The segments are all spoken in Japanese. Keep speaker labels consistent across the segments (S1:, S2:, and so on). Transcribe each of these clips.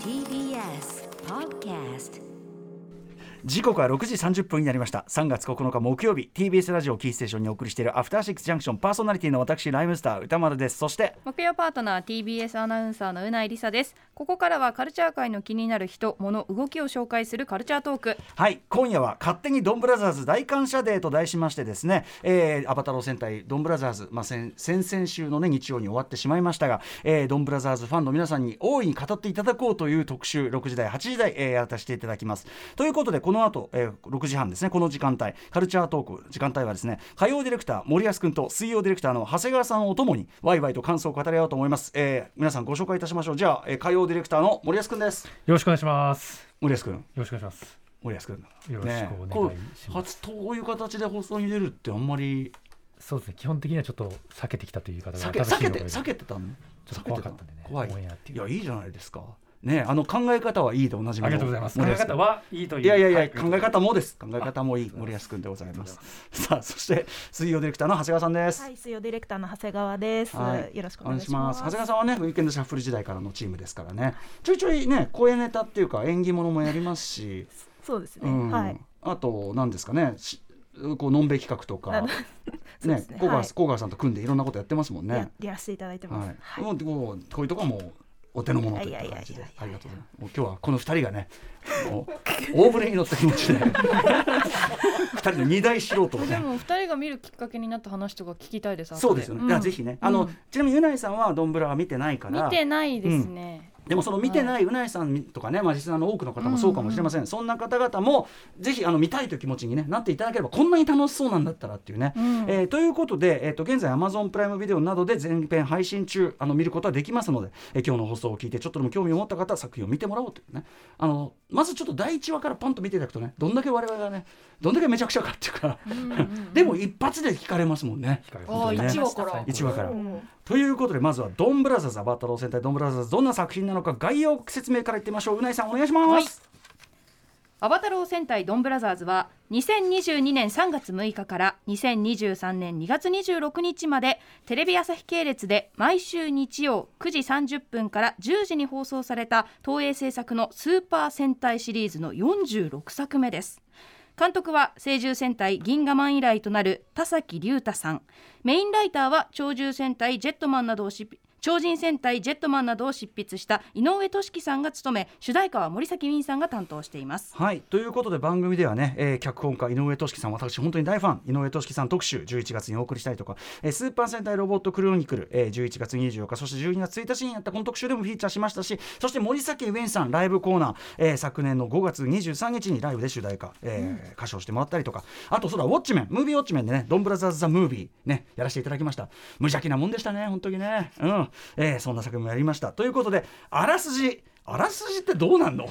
S1: TBS Podcast
S2: 時刻は6時30分になりました3月9日木曜日 TBS ラジオキーステーションにお送りしているアフターシックスジャンクションパーソナリティの私ライムスター歌丸ですそして
S3: 木曜パートナー TBS アナウンサーのうないりさですここからはカルチャー界の気になる人物動きを紹介するカルチャートーク
S2: はい今夜は勝手にドンブラザーズ大感謝デーと題しましてですね、えー、アバタロー戦隊ドンブラザーズ、まあ、先先々週のね日曜に終わってしまいましたが、えー、ドンブラザーズファンの皆さんに大いに語っていただこうという特集6時台8時台、えー、やらさせていただきますということでこの後、えー、6時半ですねこの時間帯カルチャートーク時間帯はですね火曜ディレクター森保君と水曜ディレクターの長谷川さんをともにワイワイと感想を語り合おうと思います、えー、皆さんご紹介いたしましょうじゃあ、えー、火曜ディレクターの森保君です
S4: よろしくお願いします。
S2: 森保君
S4: よろしくお願いします。
S2: 森保君
S4: よろしくお願いします。
S2: ねこう初こういう形で放送に出るってあんまり
S4: そうですね。基本的にはちょっと避けてきたという言い方
S2: 避
S4: が
S2: け避けて避
S4: け
S2: けてたの
S4: ちょっと怖かったんでね
S2: 避けてたの怖い
S4: オンエアってい
S2: いうやいいじゃないですかねあの考え方はいいでおなじみ
S4: あ
S2: の
S4: りがとうございます。考
S2: 森
S4: え
S2: 保君
S4: 方はいいという。
S2: いやいやいや、
S4: は
S2: 考え方もです考え方もいい森保君でございますさあそして水曜ディレクターの長谷川さんです、
S5: はい、水曜ディレクターの長谷川です。よろしくお願いします。
S2: お願い長谷川さんはね、ウィークエンドシャッフル時代からのチームですからね、ちょいちょいね、声ネタっていうか、演技ものもやりますし、
S5: そうですね。
S2: うん
S5: はい。
S2: あと、なんですかね、しこうのんべい企画と
S5: あ
S2: か
S5: の、 そう
S2: ね
S5: ですね
S2: 小川
S5: はい
S2: 小川さんと組んでいろんなことやってますもん
S5: や
S2: ね。
S5: やらせていただいてま
S2: は
S5: す
S2: い。
S5: はい
S2: もうこうこういうとこはもうお手の物といった感じ
S5: い
S2: で
S5: やいやいやいやいや
S2: ありがとうございます。もう今日はこの二人が ね、もう大ぶれに乗った気持ちで二人の二大素人を
S3: で
S2: ね。
S3: も二人が見るきっかけになった話とか聞きたいです後
S2: そうですよね。
S3: ん
S2: いやぜひね、あの、ちなみにうないさんはドンブラは見てないから、
S3: 見てないですね、
S2: でもその見てないうなえさんとかね、まあ、リスナーの多くの方もそうかもしれません、そんな方々もぜひあの見たいという気持ちに、ね、なっていただければこんなに楽しそうなんだったらっていうね。
S3: うん
S2: えーということで、えー、と現在 Amazon プライムビデオなどで全編配信中あの見ることはできますので、えー今日の放送を聞いてちょっとでも興味を持った方は作品を見てもらおうというねあのまずちょっと第1話からパンと見ていただくとねどんだけ我々がねどんだけめちゃくちゃかっていうか でも一発で聞かれますもんね。
S3: ああ
S2: ね
S3: 一話から
S2: 一話から、
S5: ん
S2: ということでまずはドンブラザーズアバタロー戦隊ドンブラザーズどんな作品なのか概要説明からいってみましょううないさんお願いします、
S3: アバタロー戦隊ドンブラザーズは2022年3月6日から2023年2月26日までテレビ朝日系列で毎週日曜9時30分から10時に放送された東映制作のスーパー戦隊シリーズの46作目です監督は清獣戦隊銀河マン以来となる田崎隆太さんメインライターは鳥獣戦隊ジェットマンなどを執筆超人戦隊ジェットマンなどを執筆した井上俊樹さんが務め主題歌は森崎ウィンさんが担当しています
S2: はいということで番組ではね、えー脚本家井上俊樹さん私本当に大ファン井上俊樹さん特集11月にお送りしたりとか、えースーパー戦隊ロボットクロニクル、えー11月24日そして12月1日にやったこの特集でもフィーチャーしましたしそして森崎ウェンさんライブコーナー、えー昨年の5月23日にライブで主題歌、えー歌唱してもらったりとかあとそうだウォッチメンムービーウォッチメンでねドンブラザーズ・ザ・ムービーねやらせていただきました無邪気なもんでしたね本当にねうん、えーそんな作品もやりましたということであらすじあらすじってどうなんの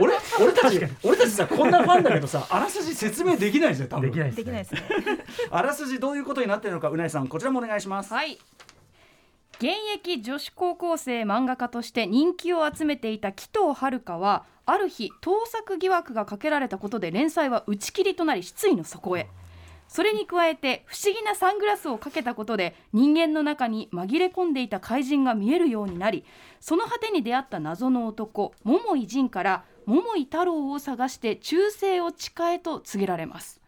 S2: 俺俺たち俺たちさこんなファンだけどさあらすじ説明できないぜ多分
S4: できないですね。
S5: できないですね。
S2: あらすじどういうことになってるのかうなえさんこちらもお願いします、
S3: はい現役女子高校生漫画家として人気を集めていた紀藤遥はある日盗作疑惑がかけられたことで連載は打ち切りとなり失意の底へそれに加えて不思議なサングラスをかけたことで人間の中に紛れ込んでいた怪人が見えるようになりその果てに出会った謎の男桃井仁から桃井太郎を探して忠誠を誓えと告げられます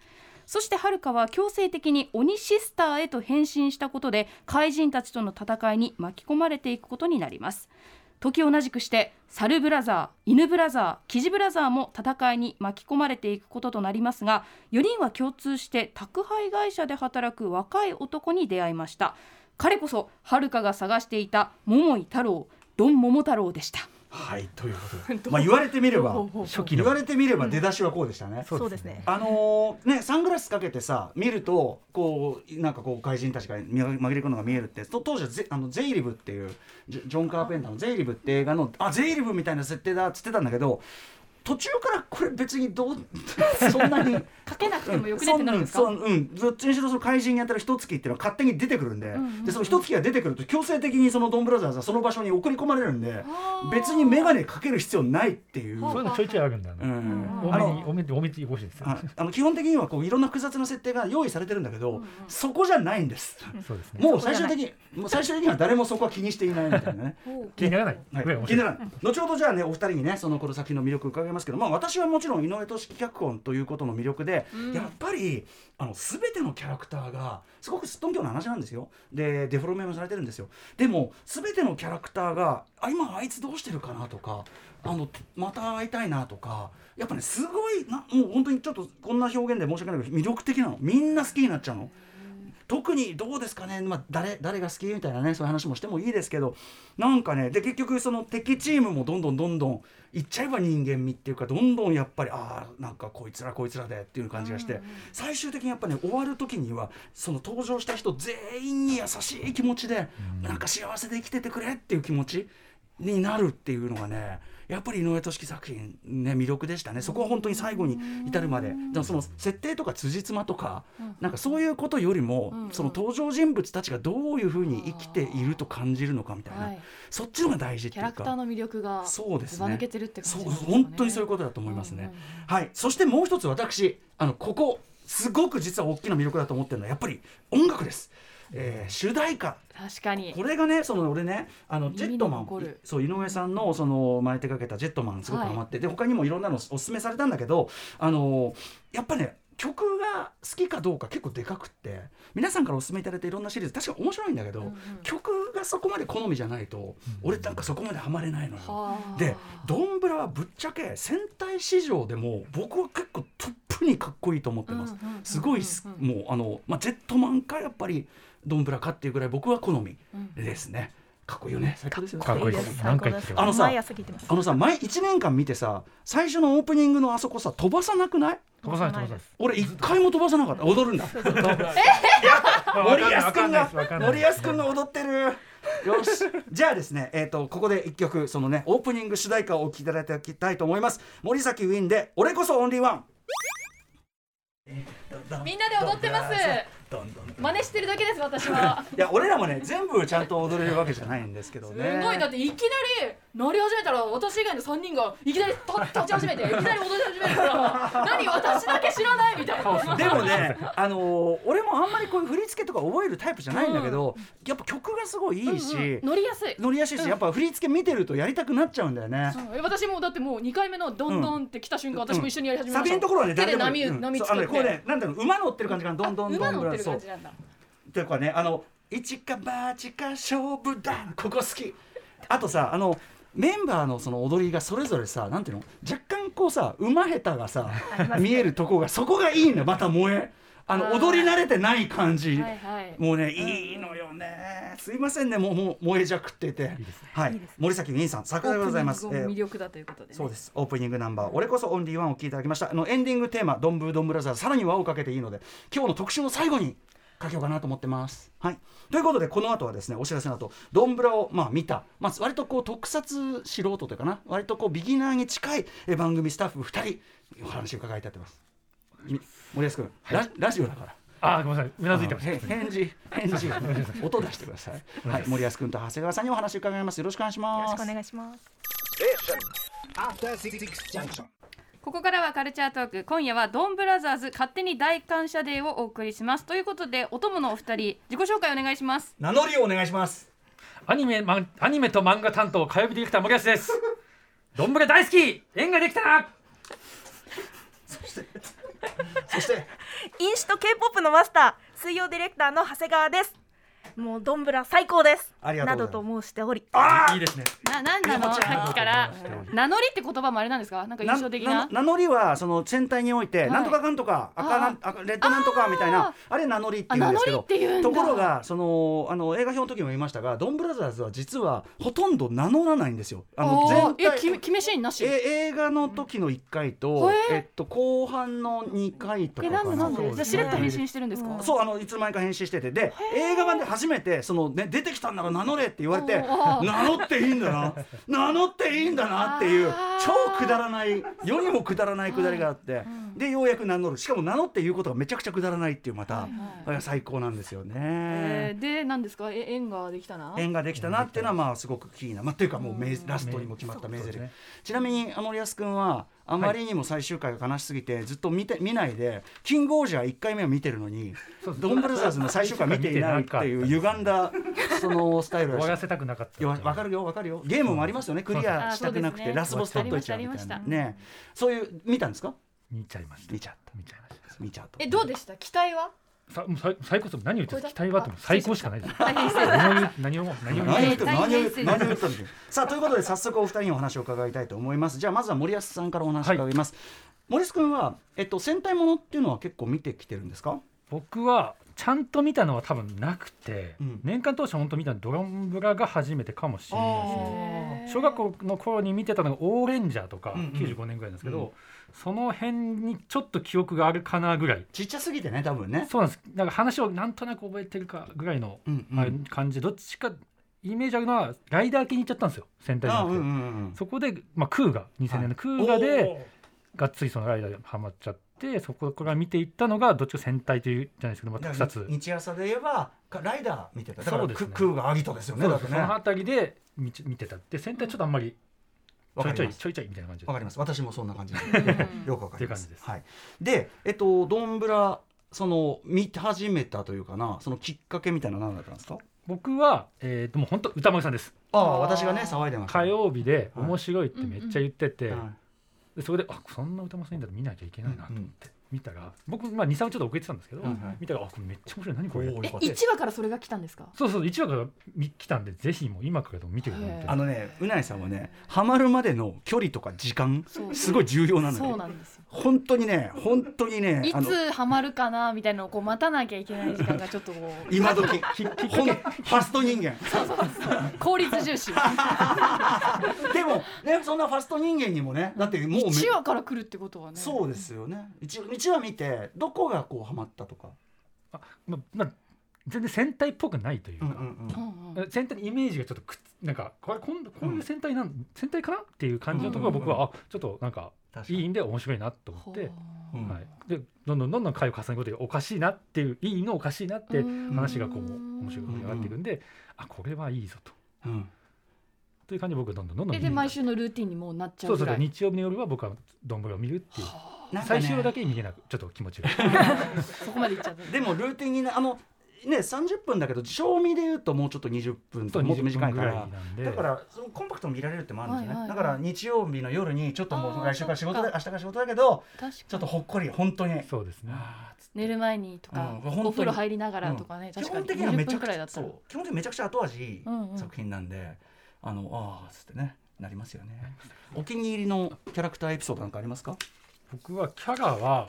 S3: そして遥かは強制的に鬼シスターへと変身したことで怪人たちとの戦いに巻き込まれていくことになります時を同じくしてサルブラザー犬ブラザーキジブラザーも戦いに巻き込まれていくこととなりますが4人は共通して宅配会社で働く若い男に出会いました彼こそ遥かが探していた桃井太郎ドン桃太郎でした
S2: はいということで まあ言われてみれば
S4: 初期
S2: 言
S4: の
S2: われてみれば出だしはこうでしたね、
S5: そうですね。
S2: あのーね、サングラスかけてさ見るとこうなんかこう怪人たちが見紛れ込むのが見えるってと当時はゼあのゼイリブっていうジョジョン・カーペンターの「ゼイリブ」って映画の「あゼイリブ」みたいな設定だっつってたんだけど途中からこれ別にどう そんなに。
S3: かけなくてもよくね
S2: そ
S3: っ
S2: う
S3: てなるんですか
S2: そううんどっちにしろその怪人に当たる一月っていうのは勝手に出てくるんで,、でその一月が出てくると強制的にそのドンブラザーズはその場所に送り込まれるんで別に眼鏡かける必要ないっていう。
S3: は
S4: そういうのちょいちょいあるんだよ
S2: う
S4: ね。
S2: ん
S4: 多
S2: あ
S4: め
S2: の
S4: に多めに多めに欲しいですよ。
S2: ああの基本的にはこういろんな複雑な設定が用意されてるんだけど、そこじゃないんです。
S4: そうですね。
S2: もう最終的にもう最終的には誰もそこは気にしていないみたいなね。
S4: 気にならない。
S2: はい
S4: ぐらい面
S2: 気に
S4: 白い
S2: ならない後ほどじゃあねお二人にねそのこの作品の魅力伺いますけど、まあ、私はもちろん井上俊樹脚本ということの魅力で、やっぱりあの全てのキャラクターがすごくすっとんきょうな話なんですよでデフォルメもされてるんですよでも全てのキャラクターがあ今あいつどうしてるかなとかあのまた会いたいなとかやっぱねすごいなもう本当にちょっとこんな表現で申し訳ないけど魅力的なのみんな好きになっちゃうの。特にどうですかね、まあ、誰誰が好きみたいなねそういう話もしてもいいですけどなんかねで結局その敵チームもどんどんどんどんいっちゃえば人間味っていうかどんどんやっぱりああんかこいつらこいつらでっていう感じがして、最終的にやっぱね終わる時にはその登場した人全員に優しい気持ちで、なんか幸せで生きててくれっていう気持ちになるっていうのがねやっぱり井上俊樹作品ね魅力でしたねそこは本当に最後に至るまでだからその設定とか辻褄とかなんかそういうことよりもその登場人物たちがどういうふうに生きていると感じるのかみたいな
S6: はい
S2: そっちの方が大事って
S6: キ
S2: い
S6: ャ
S2: う
S6: ラクター
S2: か
S6: の魅力がず
S2: そうです
S6: ば
S2: ね
S6: 抜けてるって感
S2: そ
S6: じ
S2: う
S6: なんですかね
S2: 本当にそういうことだと思いますね。はい、そしてもう一つ私あのここすごく実は大きな魅力だと思ってるのはやっぱり音楽です。えー主題歌
S6: 確かに
S2: これがねその俺ねあのジェットマ
S6: 残る
S2: ンそう井上さんのその前手掛けたジェットマンすごくハマって、で他にもいろんなのおすすめされたんだけどあのやっぱね曲が好きかどうか結構でかくって皆さんからおすすめいただいたいろんなシリーズ確か面白いんだけど、曲がそこまで好みじゃないと、俺なんかそこまでハマれないのよ。
S6: はあ
S2: でドンブラはぶっちゃけ戦隊市場でも僕は結構トップにかっこいいと思ってます
S6: うんうんうんうん
S2: すごいすもうあの、まあ、ジェットマンかやっぱりドンブラかっていうぐらい僕は好みですね、かっこいいよね最高ですよね
S4: かっこいい
S5: で
S4: です
S5: す。
S4: 何
S5: 最高
S4: 回
S5: で
S4: 聞い
S5: す
S4: て。も
S2: あのさ
S5: 毎朝聞いてます。
S2: あのさ前1年間見てさ最初のオープニングのあそこさ飛ばさなくない
S4: 飛ばさない飛ばさない。
S2: 俺一回も飛ばさなかった踊るん だ
S4: わ
S2: 森
S4: かんな
S2: 保
S4: い
S2: く
S4: わか
S2: ん
S4: んない
S2: が
S4: ですわかんない
S2: 森
S4: です
S2: 保くんが踊ってるよしじゃあですねえっ、とここで一曲そのねオープニング主題歌をお聴きいただきたいと思います森崎ウィンで俺こそオンリーワン
S6: みんなで踊ってます真似してるだけです私 は
S2: いや俺らもね全部ちゃんと踊れるわけじゃないんですけど
S6: す
S2: ね
S6: ごいだっていきなり乗り始めたら私以外の3人がいきなり立立ち始めていきなり踊り始めるから 何私だけ知らないみたいな
S2: でもね、あのー俺もあんまりこういう振り付けとか覚えるタイプじゃないんだけど、やっぱ曲がすごいいいし、
S6: 乗りやすい
S2: 乗りやすいし、やっぱ振り付け見てるとやりたくなっちゃうんだよね。
S6: うん私もだってもう2回目のドンドンって来た瞬間、私も一緒にやり始め
S2: サ
S6: まし
S2: ビ
S6: た、
S2: のところはね、
S6: 手で
S2: 誰
S6: 波,、
S2: でもうん
S6: 波
S2: そう
S6: 作
S2: あのね
S6: っ
S2: こう
S6: て
S2: ね、なんだろう、馬乗ってる感じがどんどんどんど
S6: 馬
S2: んどん
S6: 乗ってる
S2: そう
S6: 感じなんだ
S2: というかねあの一か八か勝負だここ好きあとさあのメンバーのその踊りがそれぞれさなんていうの若干こうさ馬下手がさ見えるとこがそこがいいのよまた萌えあの
S6: あー
S2: 踊り慣れてない感じ、
S6: はいはい
S2: もうね、いいのよねすいませんねもうもう萌えじゃくっててはい森崎ウィンさん桜でございます
S6: オープニング
S2: えー
S6: も魅力だということで、ね
S2: そうですオープニングナンバー「俺こそオンリーワン」を聴いていただきましたあのエンディングテーマ「ドンブードンブラザーズ」さらに輪をかけていいので今日の特集の最後にかけようかなと思ってます。はい、ということでこの後はですねお知らせの後ドンブラをまあ見た、まあ、割とこう特撮素人というかな割とこうビギナーに近いえ番組スタッフ2人お話伺いたいと思います。み森保君、ララジオだから。
S4: あー、ごめんなさい。うなずいてまし
S2: へ返事、返 事、音出してください。はい、森保君と長谷川さんにお話伺います。よろしくお願いし
S5: よろ
S2: ま
S5: し
S2: す
S5: くお。願いします。
S7: After Six Junction.
S3: ここからはカルチャートーク今夜はドンブラザーズ勝手に大感謝デーをお送りしますということでお供のお二人自己紹介お願いします
S2: 名乗りをお願いします。
S4: た。アニメ、ま、アニメと漫画担当、火曜日ディレクター、森保です。どんぶら大好き縁ができたな
S2: そして、
S5: 飲酒と K-POP のマスター、水曜ディレクターの長谷川です。もうドンブラ最高です。
S2: ありがとう
S5: な
S2: ござい
S5: ど
S2: ます
S5: と申しており、
S2: いいですね。
S3: ななんなのさっきから名乗りって言葉もあれなんですかなんか印象的な
S2: 名乗りはその戦隊において、なんとかかんとか赤なん赤レッドなんとかみたいなあれ名乗りっていうんですけ
S3: あ名乗り
S2: ど
S3: って言うんだ
S2: ところがそのあの映画表の時も言いましたがドンブラザーズは実はほとんど名乗らないんですよ。あの
S3: おー
S2: 全
S3: え
S2: 体
S3: き決めシーンなし
S2: え映画の時の1回と、
S3: へー
S2: えっと、後半の2回とか
S3: え
S2: か
S3: なんでなん
S5: そう
S3: で
S5: です
S3: じゃあしれっ
S5: ね
S3: と返信してるんですか
S2: そうあのいつの間にか返信しててで映画版で初めてその、ね、出てきたんなら名乗れって言われて
S3: おーおー
S2: 名乗っていいんだな名乗っていいんだなっていう超くだらない世にもくだらないくだりがあって、でようやく名乗るしかも名乗って言うことがめちゃくちゃくだらないっていうまた、あれは最高なんですよね。
S6: えー、で何ですかえ縁ができたな
S2: 縁ができたなっていうのはまあすごくキーな、まあ、というかもう名、ラストにも決まった名ゼリフ、
S4: そうですね
S2: ちなみにあの森保君はあまりにも最終回が悲しすぎて、ずっと見て見ないでキングオージャー1回目は見てるのにドンブルザーズの最終回見ていないっていう歪んだそのスタイル
S4: 終
S2: を
S4: わ
S2: し
S4: ら
S2: て
S4: せたくなかっ
S2: いや
S4: た
S2: わわかるよわかるよゲームもありますよね、クリアしたくなくて、
S6: そうですね
S2: ラスボス取っといちゃうみたいなねそういう見たんですか
S4: 見ちゃいました
S2: 見ちゃった
S4: 見ちゃいまし
S2: 見ちゃうと
S6: えどうでした期待は
S4: たさもう最最高です何を言ってる
S6: これだ
S4: 期待はってもう最高しかないです
S6: 大変失礼
S4: 何を言う何を何を
S2: 何を言 ってる何を言ってる何を言ってるんだよさあということで早速お二人にお話を伺いたいと思いますじゃあまずは森保さんからお話を伺います、森保君は、えっと、戦隊ものっていうのは結構見てきてるんですか
S4: 僕はちゃんと見たのは多分なくて、
S2: うん
S4: 年間当初本当見たのドロンブラが初めてかもしれないですね小学校の頃に見てたのが「オーレンジャー」とか、
S2: うんうん
S4: 95年ぐらいなんですけど、
S2: うん
S4: その辺にちょっと記憶があるかなぐらい
S2: ちっちゃすぎてね多分ね
S4: そうなんですなんか話をなんとなく覚えてるかぐらいの、
S2: うんうん
S4: あ感じどっちかイメージあるのはライダー系に行っちゃったんですよ戦隊じゃ
S2: あ
S4: な
S2: う
S4: く
S2: んう
S4: て、
S2: んうん
S4: そこで、まあ、クーガ2000年のクーガで、がっつりそのライダーにハマっちゃってそこから見ていったのがどっちか戦隊というじゃないですけど、まあ、
S2: だ
S4: 特
S2: から
S4: 撮
S2: 日朝で言えばかライダー見てただから
S4: そうです
S2: ク
S4: ね
S2: クーがアギトですよね
S4: そう
S2: だ
S4: で
S2: っ
S4: す
S2: て
S4: そ
S2: ね
S4: の辺りで見ち見てたって戦隊ちょっとあんまり
S2: わ
S4: ち
S2: か
S4: ょいち
S2: り
S4: ょい
S2: ます
S4: ちょいちょいみたいな感じで
S2: わかります私もそんな感じです
S6: うん
S2: よくわかります。
S4: っていう感じです
S2: はい。で、えっと、どんぶら、その、見始めたというかな、そのきっかけみたいなのは何だったんですか。
S4: 僕は、えー、でも本当歌丸さんです
S2: ああ、私がね、騒いでました
S4: 火
S2: ね。
S4: 曜日で
S2: はい
S4: 面白いってめっちゃ言ってて、
S2: はい
S4: でそれであそんな歌もすいんだら見なきゃいけないな
S2: う
S4: と
S2: んう
S4: 思っ
S2: ん
S4: て見たら僕、まあ、23ちょっと遅れてたんですけど、
S2: はいはい
S4: 見たらあこれめっちゃ面白い何これ
S2: おー
S6: え
S2: よかった
S6: 一話からそれが来たんですか
S4: そうそう1話から見来たんでぜひもう今からでも見てくださいみたい
S2: あ
S4: な
S2: のね、うないさんはね、ハマるまでの距離とか時間
S6: そ、う
S2: すごい重要なの
S6: そう
S2: よ。
S6: なんですよ
S2: 本当にね、本当にね、
S6: い
S2: あの、
S6: つハマるかなみたいなのをこう待たなきゃいけない時間がちょっとこう
S2: 今時、ほん、ファスト人間。
S6: 効率 重視
S2: でも、ね、そんなファスト人間にもね、だってもうめ。
S6: 1話から来るってことはね
S2: そうですよね。一、一話見て、どこがこうハマったとか。
S4: あまあまあ、全然戦隊っぽくないとい
S2: う
S4: う
S2: ん
S4: か、
S2: うんうん
S6: う。んうん
S4: 戦隊のイメージがちょっとくっつなんかこれこんこういう戦隊なん、戦隊かなっていう感じのところが僕は、あちょっとなんか
S2: 確か
S4: い
S2: に
S4: いんで面白いなと思
S6: ほ
S4: っ
S6: う
S4: て、
S2: うん
S4: はい、でどんどんどんどん回を重ねることでおかしいなっていういいのおかしいなって話がこう
S6: うん
S4: 面白いことに上がっていくんで、あこれはいいぞと
S2: うん。
S4: という感じで僕はどんどんどんどん
S6: えで毎週のルーティンにもうなっちゃ
S4: そううそ
S6: ぐ
S4: う
S6: ら
S4: そう
S6: い
S4: 日曜日の夜は僕はどんぶりを見るっていう、
S2: なんかね
S4: 最終話だけ逃げなくちょっと気持ちが
S6: そこまでいっちゃった
S2: でもルーティンにねあのね30分だけど賞味で言うともうちょっと20分と
S4: そう
S2: かもっと
S4: 20
S2: 短い
S4: 分
S2: か
S4: ぐら
S2: ら
S4: いなんで
S2: だからそのコンパクトに見られるってもあるんですよね、
S6: はいはいはい
S2: だから日曜日の夜にちょっとも
S6: あ
S2: う
S6: ー
S2: 来週から仕事
S6: そ
S2: で
S6: っ
S2: 明日から仕事だけど
S6: 確
S2: ちょっ
S6: か
S2: と
S6: に
S2: ほっこり本当に
S4: そうですね
S2: あーつって
S6: 寝る前にとか、
S2: うん本当に
S6: お風呂入りながらとかね、
S2: うん基
S6: 確か
S2: 本
S6: に
S2: 的にはめ
S6: 20
S2: ちゃ
S6: 分
S2: く
S6: く
S2: ち
S6: らいだ
S2: ゃ
S6: った
S2: そ
S6: ら
S2: う基本的にめちゃくちゃ後味
S6: うんうん
S2: 作品なんで、あのあーつってねなりますよねお気に入りのキャラクターエピソードなんかありますか
S4: 僕はキャラは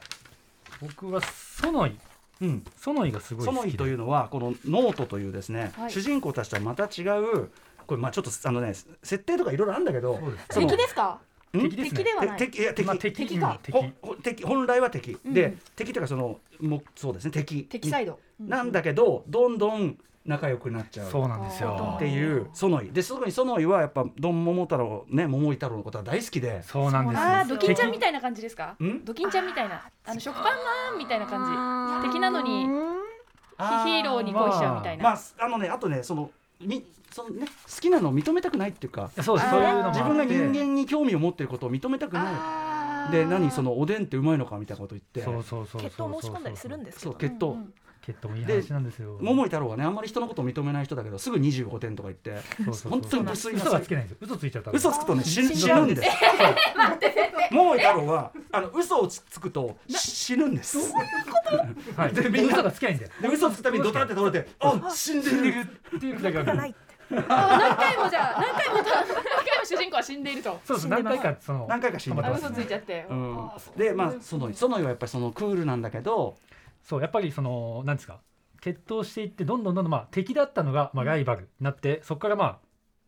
S4: 僕はソノイ
S2: うん
S4: ソノイがすごい
S2: ソ
S4: 好
S2: ノイ
S4: きで
S2: というのはこのノートというですね、
S6: はい
S2: 主人公たちとはまた違うこれまあちょっとあのね設定とかいろいろあるんだけど
S4: そうです
S2: その
S6: 敵ですか
S2: ん
S4: 敵ですね
S6: 敵ではない
S2: 敵いや敵,、
S4: まあ、敵
S6: 敵か
S4: 敵
S2: ほほ敵本来は敵、
S6: うん
S2: で敵というかそのもうそうですね敵
S6: 敵サイド、
S2: なんだけどどんどん仲良くなっちゃう
S4: そうなんです
S2: っ
S4: よ
S2: ていうソノイで特にソノイはやっぱドン桃太郎ね桃井太郎のことは大好きで
S4: そうなんですよ
S6: ああドキンちゃんみ
S4: 敵
S6: たいな感じですか
S2: ん
S6: ドキンちゃんみたいなあの食パンマンみたいな感じ敵なのにヒ
S2: あ
S6: ヒーローに恋しちゃうみたいな、
S2: まああのねあとねそのみそのね好きなのを認めたくないっていうか
S4: そうですそういうのもあって
S2: 自分が人間に興味を持っていることを認めたくないで何そのおでんってうまいのかみたいなこと言って
S4: そうそうそうそう
S5: 決闘申し込んだりするんですけ
S2: そ
S5: ど
S2: う決闘、
S4: 決闘もいい話なんですよ
S2: 桃井太郎はねあんまり人のことを認めない人だけどすぐ25点とか言って
S4: そうそうそう
S2: 本当に無粋な
S4: 嘘はつけないんですよ嘘ついちゃったら
S2: 嘘つくとね死ぬ死ぬんです桃井太郎はあの嘘をつくと死ぬんです
S4: はい
S2: でみんな
S4: 嘘がつけないんだよ
S2: で嘘つくたびにドタって倒れてあ死んでる
S4: っていうくだけ
S5: じゃな
S4: はい
S5: って
S6: あー何回もじゃあ何回も何回も主人公は死んでいると
S4: そうそう何回かその
S2: 何回か死んで
S6: あ
S2: ま
S6: 嘘
S2: す
S6: ついちゃって、
S2: うん、でまあそのそのはやっぱりそのクールなんだけど
S4: そうやっぱりそのなんですか決闘していってどんどんどんどんまあ敵だったのがまあライバルになってそこからまあ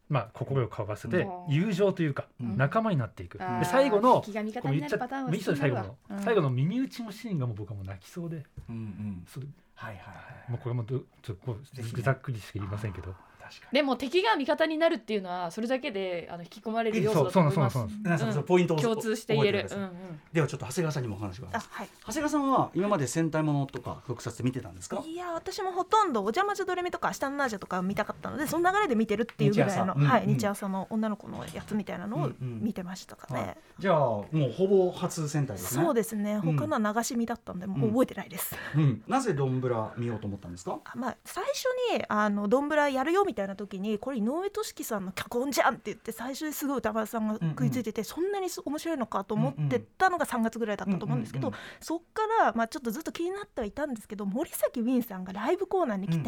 S4: まあ心を交わせて
S6: うん
S4: 友情というか
S2: うん
S4: 仲間になっていく
S6: あー
S4: で最後の
S6: 敵が味
S4: こ
S6: 方
S4: う
S6: に
S4: 言
S6: な
S4: っちゃっ
S6: るパターン
S4: た
S6: は
S4: 最後の最後の
S6: の
S4: 耳打ちのシーンがもう僕はもう泣きそうで
S2: うんうん
S4: それ
S2: はいはいはい
S4: もうこれもどちょっとこう
S2: ぜひね
S4: ざっくりしか言いませんけど
S2: 確
S4: 確か
S6: でも敵が味方になるっていうのはそれだけであの引き込まれる要素
S4: そ
S6: だ
S4: う
S6: と
S4: そう
S6: 思
S4: なん
S2: 皆
S4: そうなんそうなん
S6: います
S2: さんそのポイントを
S6: 共通して言え
S2: 覚
S6: る
S2: てくだ、さい
S6: うんうん、
S2: ではちょっと長谷川さんにもお話が
S5: あはい
S2: 長谷川さんは今まで戦隊ものとか特撮って見てたんですか
S5: いや私もほとんど「お邪魔女ドレミ」とか「下のナージャ」とか見たかったのでその流れで見てるっていうぐらい
S2: 日朝
S5: の
S2: うん
S5: はい
S2: うん
S5: 日朝の女の子のやつみたいなの
S2: う
S5: を
S2: んうん
S5: 見てましたかね、
S2: はいじゃあもうほぼ初戦隊ですね
S5: そうですね
S2: ん
S5: 他のは流し見だったんで、もう覚えてないです、
S2: うん、なぜドンブラ見ようと思ったんですか
S5: あまあ、最初にあのドンブラやるよみたいな時にこれ井上俊樹さんの脚本じゃんって言って最初にすごい歌丸さんが食いついてて、そんなにす面白いのかと思ってたのが3月ぐらいだったと思うんですけど、
S2: うんうん
S5: そっから、まあ、ちょっとずっと気になってはいたんですけど森崎ウィンさんがライブコーナーに来て、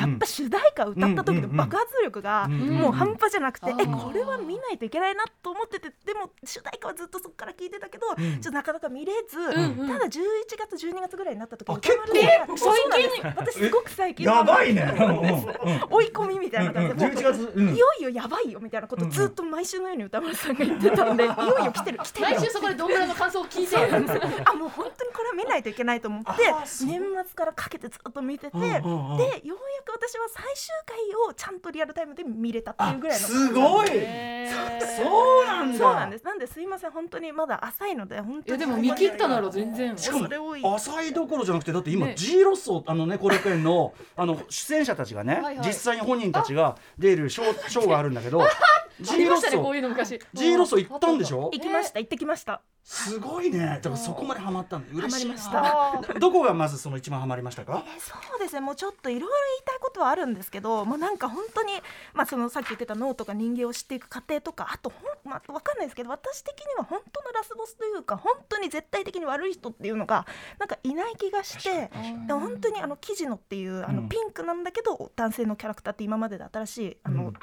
S5: やっぱ主題歌歌った時の爆発力が
S2: うんうん
S5: もう半端じゃなくて、
S6: うん
S5: えこれは見ないといけないなと思っててでも主題歌はずっとそこから聞いてたけど、
S2: ん
S5: ちょっとなかなか見れず、
S6: んうん
S5: ただ11月12月ぐらいになった時
S2: あ結構
S5: 歌丸さんがそうそうなんです私すごく最近
S2: やばい ね、
S5: 追い込みみたいな感じで、もう
S2: 11月、うん
S5: いよいよやばいよみたいなことをずっと毎週のように歌丸さんが言ってたんで、いよいよ来てる来てる
S6: 来週そこでどんぐらいの感想を聞いて
S5: あもう本当にこれは見ないといけないと思って
S2: あーそう
S5: 年末からかけてずっと見てて、
S2: うんうんうん
S5: でようやく私は最終回をちゃんとリアルタイムで見れたっていうぐらいの
S2: すごい
S6: え
S2: そうなんだ
S5: そうなんですなんですいません本当にまだ浅いので本
S6: い
S5: 当
S6: や
S5: に
S6: でも見切ったなら全然
S2: しかも
S5: それ多い
S2: 浅いどころじゃなくてだって今
S6: ね
S2: G ロッソあのね後楽園の あの出演者たちがね
S6: はいはい
S2: 実際に本人たちが出るショーショーがあるんだけ ど
S6: あ
S2: G
S6: り
S2: ロ
S6: ま
S2: ッ
S6: したねこう
S2: ソ
S6: いうの昔
S2: G ロッソ行ったんでし
S6: ょ
S2: ょ
S5: 行きました行ってきました
S2: すごいねだからそこまでハマったんで嬉しいな
S5: ハマりました
S2: どこがまずその一番ハマりましたか
S5: えそうですねもうちょっといろいろ言いたいことはあるんですけどもうなんか本当に、まあ、そのさっき言ってた脳とか人間を知っていく過程とかあとほん、まあ、分かんないですけど私的には本当のラスボスというか本当に絶対的に悪い人っていうのがなんかいない気がして。でも本当にあのキジノっていうあの
S2: うん
S5: ピンクなんだけど男性のキャラクターって今までで新しいあ
S2: う
S5: の
S2: ん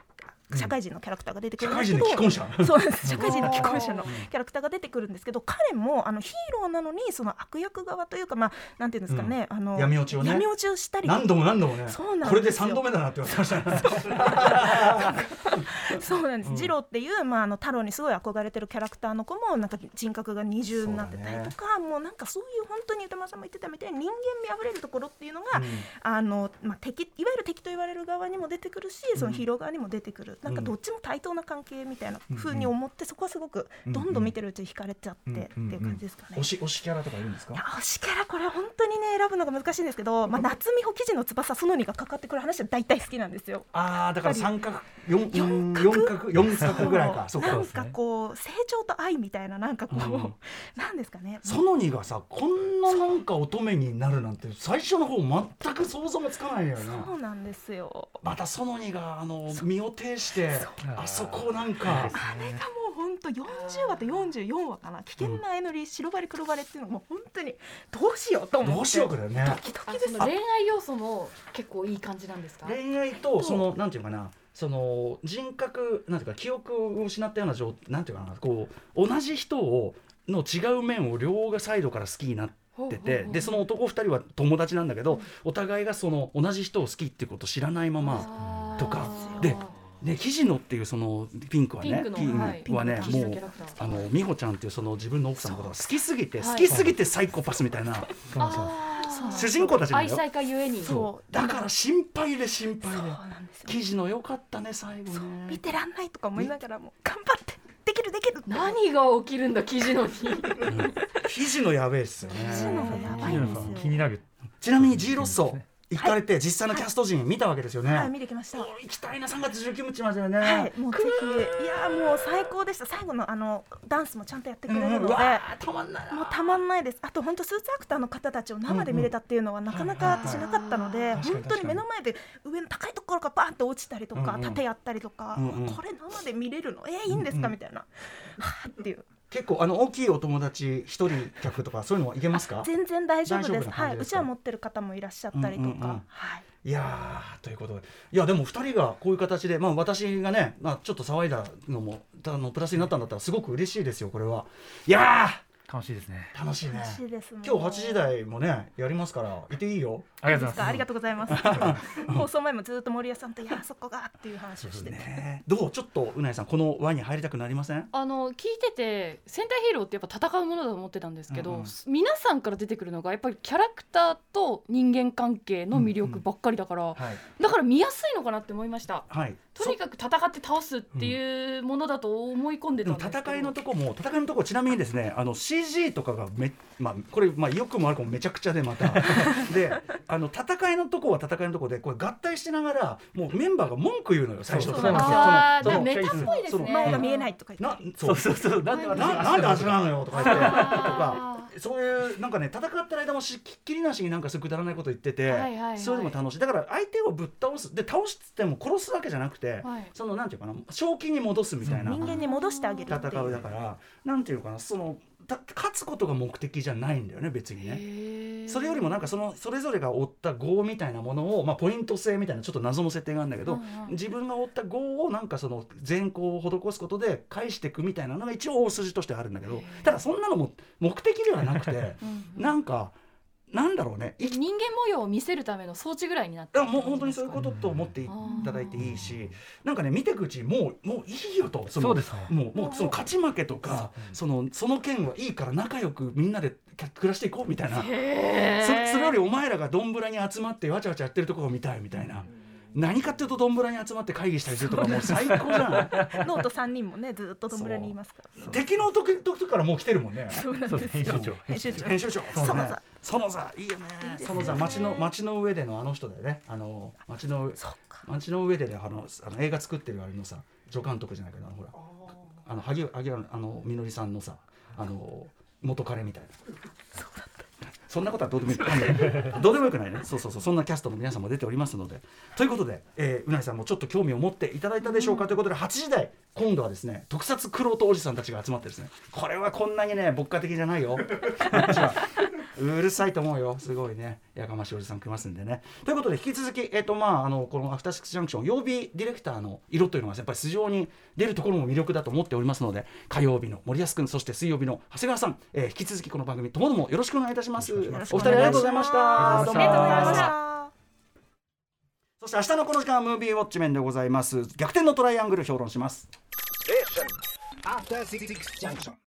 S5: 社会人のキャラクターが出てく
S2: 社
S5: るんで
S2: 会
S5: す
S2: 人
S5: け
S2: の
S5: ど
S2: 既婚者
S5: そうなんです社会人の既婚者のキャラクターが出てくるんですけど彼もあのヒーローなのにその悪役側というかまあなんていうんですかね、あの
S2: 闇落ちをね
S5: 闇落ちをしたり
S2: 何度も何度もね
S5: そうなんですよ
S2: これで3度目だなって言われてましたね
S5: そうなんで
S2: う
S5: す、
S2: ん
S5: ジローっていう、まあ、あの太郎にすごい憧れてるキャラクターの子もなんか人格が二重になってたりとかもうなんかそういう本当に歌丸さんも言ってたみたいに人間味あふれるところっていうの が、あのまあ、敵いわゆる敵と言われる側にも出てくるしそのヒーロー側にも出てくる、なんかどっちも対等な関係みたいな風に思って、そこはすごくどんどん見てるうちに惹かれちゃってっていう感じですかね。
S2: 推し推しキャラとかいるんです
S5: いや
S2: か
S5: 推しキャラこれ本当にね選ぶのが難しいんですけど、まあ、夏美穂記事の翼その2がかかってくる話は大体好きなんですよ。
S2: ああだから三角四
S5: 四角
S2: 四角四角ぐらい かそ
S5: そうう
S2: か
S5: なんかこう成長と愛みたいななんかこう、
S2: うん
S5: なんですかね
S2: ソノニがさこんななんか乙女になるなんて最初の方全く想像もつかないよね
S5: そうなんですよ
S2: またソノニがあの身を挺して
S4: う
S2: あそこなんか
S5: あれがもう本当40話と44話かな危険な相乗り白バレ黒バレっていうのがもう本当にどうしようと思って
S2: どうしようかだよね
S5: ドキド
S6: あ
S5: キで
S6: そ
S5: す
S6: の恋愛要素も結構いい感じなんですか
S2: 恋愛とそのなんていうかなその人格なんていうか記憶を失ったような状なんていうかなこう同じ人をの違う面を両サイドから好きになって。てでその男2人は友達なんだけどお互いがその同じ人を好きってことを知らないまま、
S6: ま
S2: とかでね、キジノっていうそのピンクは
S6: ピン
S2: ね
S6: クの
S2: ピン
S6: はい
S2: はね
S6: ピン
S2: も
S6: クの
S2: う
S6: キャラクター
S2: あの美穂ちゃんっていうその自分の奥さんのことが好きすぎて
S6: そう
S2: 好きすぎてサイコパスみたいな
S4: そうそう
S5: そう
S2: 主人公たちなん
S6: 愛
S2: だよ
S6: 妻家ゆえに
S5: そう
S2: だから心配で心配
S5: そう
S2: で
S5: なんですよ
S2: キジノよかったね最後ね
S5: 見てらんないとか思いながらも頑張ってできるできるって
S6: 何が起きるんだ記事のに
S2: 肘のやべえっすよね
S5: 肘のやばい
S4: 気に
S5: ん
S4: なる
S5: ですよ
S4: 気になる
S2: ちなみに G ロッソ
S4: そうですね
S2: 行かれて実際のキャスト陣見たわけですよね、
S5: はい見てきましたは
S2: 行きたいな3月19日までだよね、
S5: いもうぜひいやもう最高でした最後のあのダンスもちゃんとやって
S2: う
S5: くれ
S2: ん
S5: る
S2: う
S5: ので、
S2: んうわーたまんないな
S5: もうたまんないですあと本当スーツアクターの方たちを生で見れたっていうのはなかなかしなかったので、
S2: はいはいはい
S5: 本当に目の前で上の高いところがバーンと落ちたりとか、
S2: うんうん
S5: 盾やったりとか、
S2: うんうん
S5: これ生で見れるのえー、いいんですか、
S2: うんうん
S5: みたいなはぁっていう
S2: 結構あの大きいお友達一人客とかそういうのはいけますか
S5: 全然大丈夫
S2: 大
S5: で
S2: 丈夫
S5: す
S2: な感
S5: は
S2: じ
S5: い
S2: で
S5: う
S2: す
S5: ち
S2: か
S5: は持ってる方もいらっしゃったりと
S2: う
S5: か、
S2: んうんうん
S5: はい
S2: いやーということでいやでも2人がこういう形で、まあ、私がね、まあ、ちょっと騒いだのもあのプラスになったんだったらすごく嬉しいですよこれはいやー
S4: 楽しいですね
S2: 楽しいね
S5: 楽しいですね
S2: 今日8時台もねやりますからいていいよ
S4: ありがとう
S5: で
S4: ご
S5: すか
S4: ざ
S5: あ
S4: い
S5: り
S4: ま
S5: が
S4: す
S5: とうございます 放送前もずっと森谷さんと「いやあそこが」っていう話をしてて
S2: ねどうちょっとうなぎさんこの輪に入りたくなりません
S6: あの聞いてて戦隊ヒーローってやっぱ戦うものだと思ってたんですけど、
S2: うんうん
S6: 皆さんから出てくるのがやっぱりキャラクターと人間関係の魅力ばっかりだから、
S2: はい
S6: だから見やすいのかなって思いました
S2: はい
S6: とにかく戦って倒すっていうものだと思い込んで
S2: で
S6: たん
S2: も
S6: ですけど
S2: 戦いのとこも戦いのとこちなみにですねあの CG とかがめ、まあ、これ、まあ、よくも悪くもめちゃくちゃでまたであの戦いのとこは戦いのとこでこれ合体しながらもうメンバーが文句言うのよ最初
S5: そう
S2: そ
S5: そう
S2: の
S6: あー
S2: その
S6: だからメタっぽいです
S2: その
S6: ね
S5: 前が見えないとか言
S2: な
S5: って
S2: そう
S4: そうそうそうなんで
S2: な
S4: 私
S2: なんで味なのよと か言ってとか
S6: あー
S2: そういうなんかね戦ってる間もしきっきりなしになんかそういうくだらないこと言ってて、
S6: はいはいはい
S2: それでも楽しいだから相手をぶっ倒すで倒すっつっても殺すわけじゃなくて、
S6: はい
S2: そのなんていうかな正気に戻すみたいな
S5: 人間に戻してあげるって
S2: 戦
S5: いうう
S2: だからなんていうかなそのた勝つことが目的じゃないんだよね別にね。
S6: へー
S2: それよりもなんかそのそれぞれが負った業みたいなものを、まあ、ポイント制みたいなちょっと謎の設定があるんだけど、
S6: うんうん
S2: 自分が負った業をなんかその善行を施すことで返していくみたいなのが一応大筋としてあるんだけどただそんなのも目的ではなくて
S6: うんうん
S2: なんかなんだろうね生き
S6: 人間模様を見せるための装置ぐらいになって
S2: あ
S6: る
S2: もう本当にそういうことと思っていただいていいしなんかね見てくうちもうもういいよとその
S4: そうですね
S2: もうもうその勝ち負けとかそのその件はいいから仲良くみんなで暮らしていこうみたいなそ
S6: へー
S2: それよりお前らがどんぶらに集まってわちゃわちゃやってるところを見たいみたいな。何かっていうとどんぶらに集まって会議したりするとかもう最高じゃない
S5: ノート3人もねずっとどんぶらにいますから
S2: 敵の時時からもう来てるもんね
S5: そうなん
S4: そうです編集長
S5: 編集長
S2: 編集長
S5: そうね
S2: その座いいよねその座町の町の上でのあの人だよねあの町の町の上でねあのあの映画作ってるあれのさ助監督じゃないけどあのほらあの萩萩原あのみのりさんのさあの元彼みたいなそんなことはどうでもいいあのどうでもよくないねそうそうそうそんなキャストの皆さんも出ておりますのでということで、えーうなぎさんもちょっと興味を持っていただいたでしょうか、ということで8時台今度はですね特撮クロートおじさんたちが集まってですねこれはこんなにね牧歌的じゃないよこっちは うるさいと思うよすごいねやかましいおじさん来ますんでねということで引き続きえっ、とまああのこのアフターシックスジャンクション曜日ディレクターの色というのはやっぱり素性に出るところも魅力だと思っておりますので火曜日の森保君そして水曜日の長谷川さん、えー引き続きこの番組ともどもよろしくお願いいたしますお
S4: よ
S2: 二
S4: ろ
S5: しく
S2: 人
S5: お
S2: ありが
S5: 願
S2: と
S5: いう
S2: ござ
S5: します
S2: いました
S5: ありがとうございまし
S2: どうもそ
S5: た
S2: して明日のこの時間はムービーウォッチメンでございます逆転のトライアングル評論します
S7: Station. After Six Junction.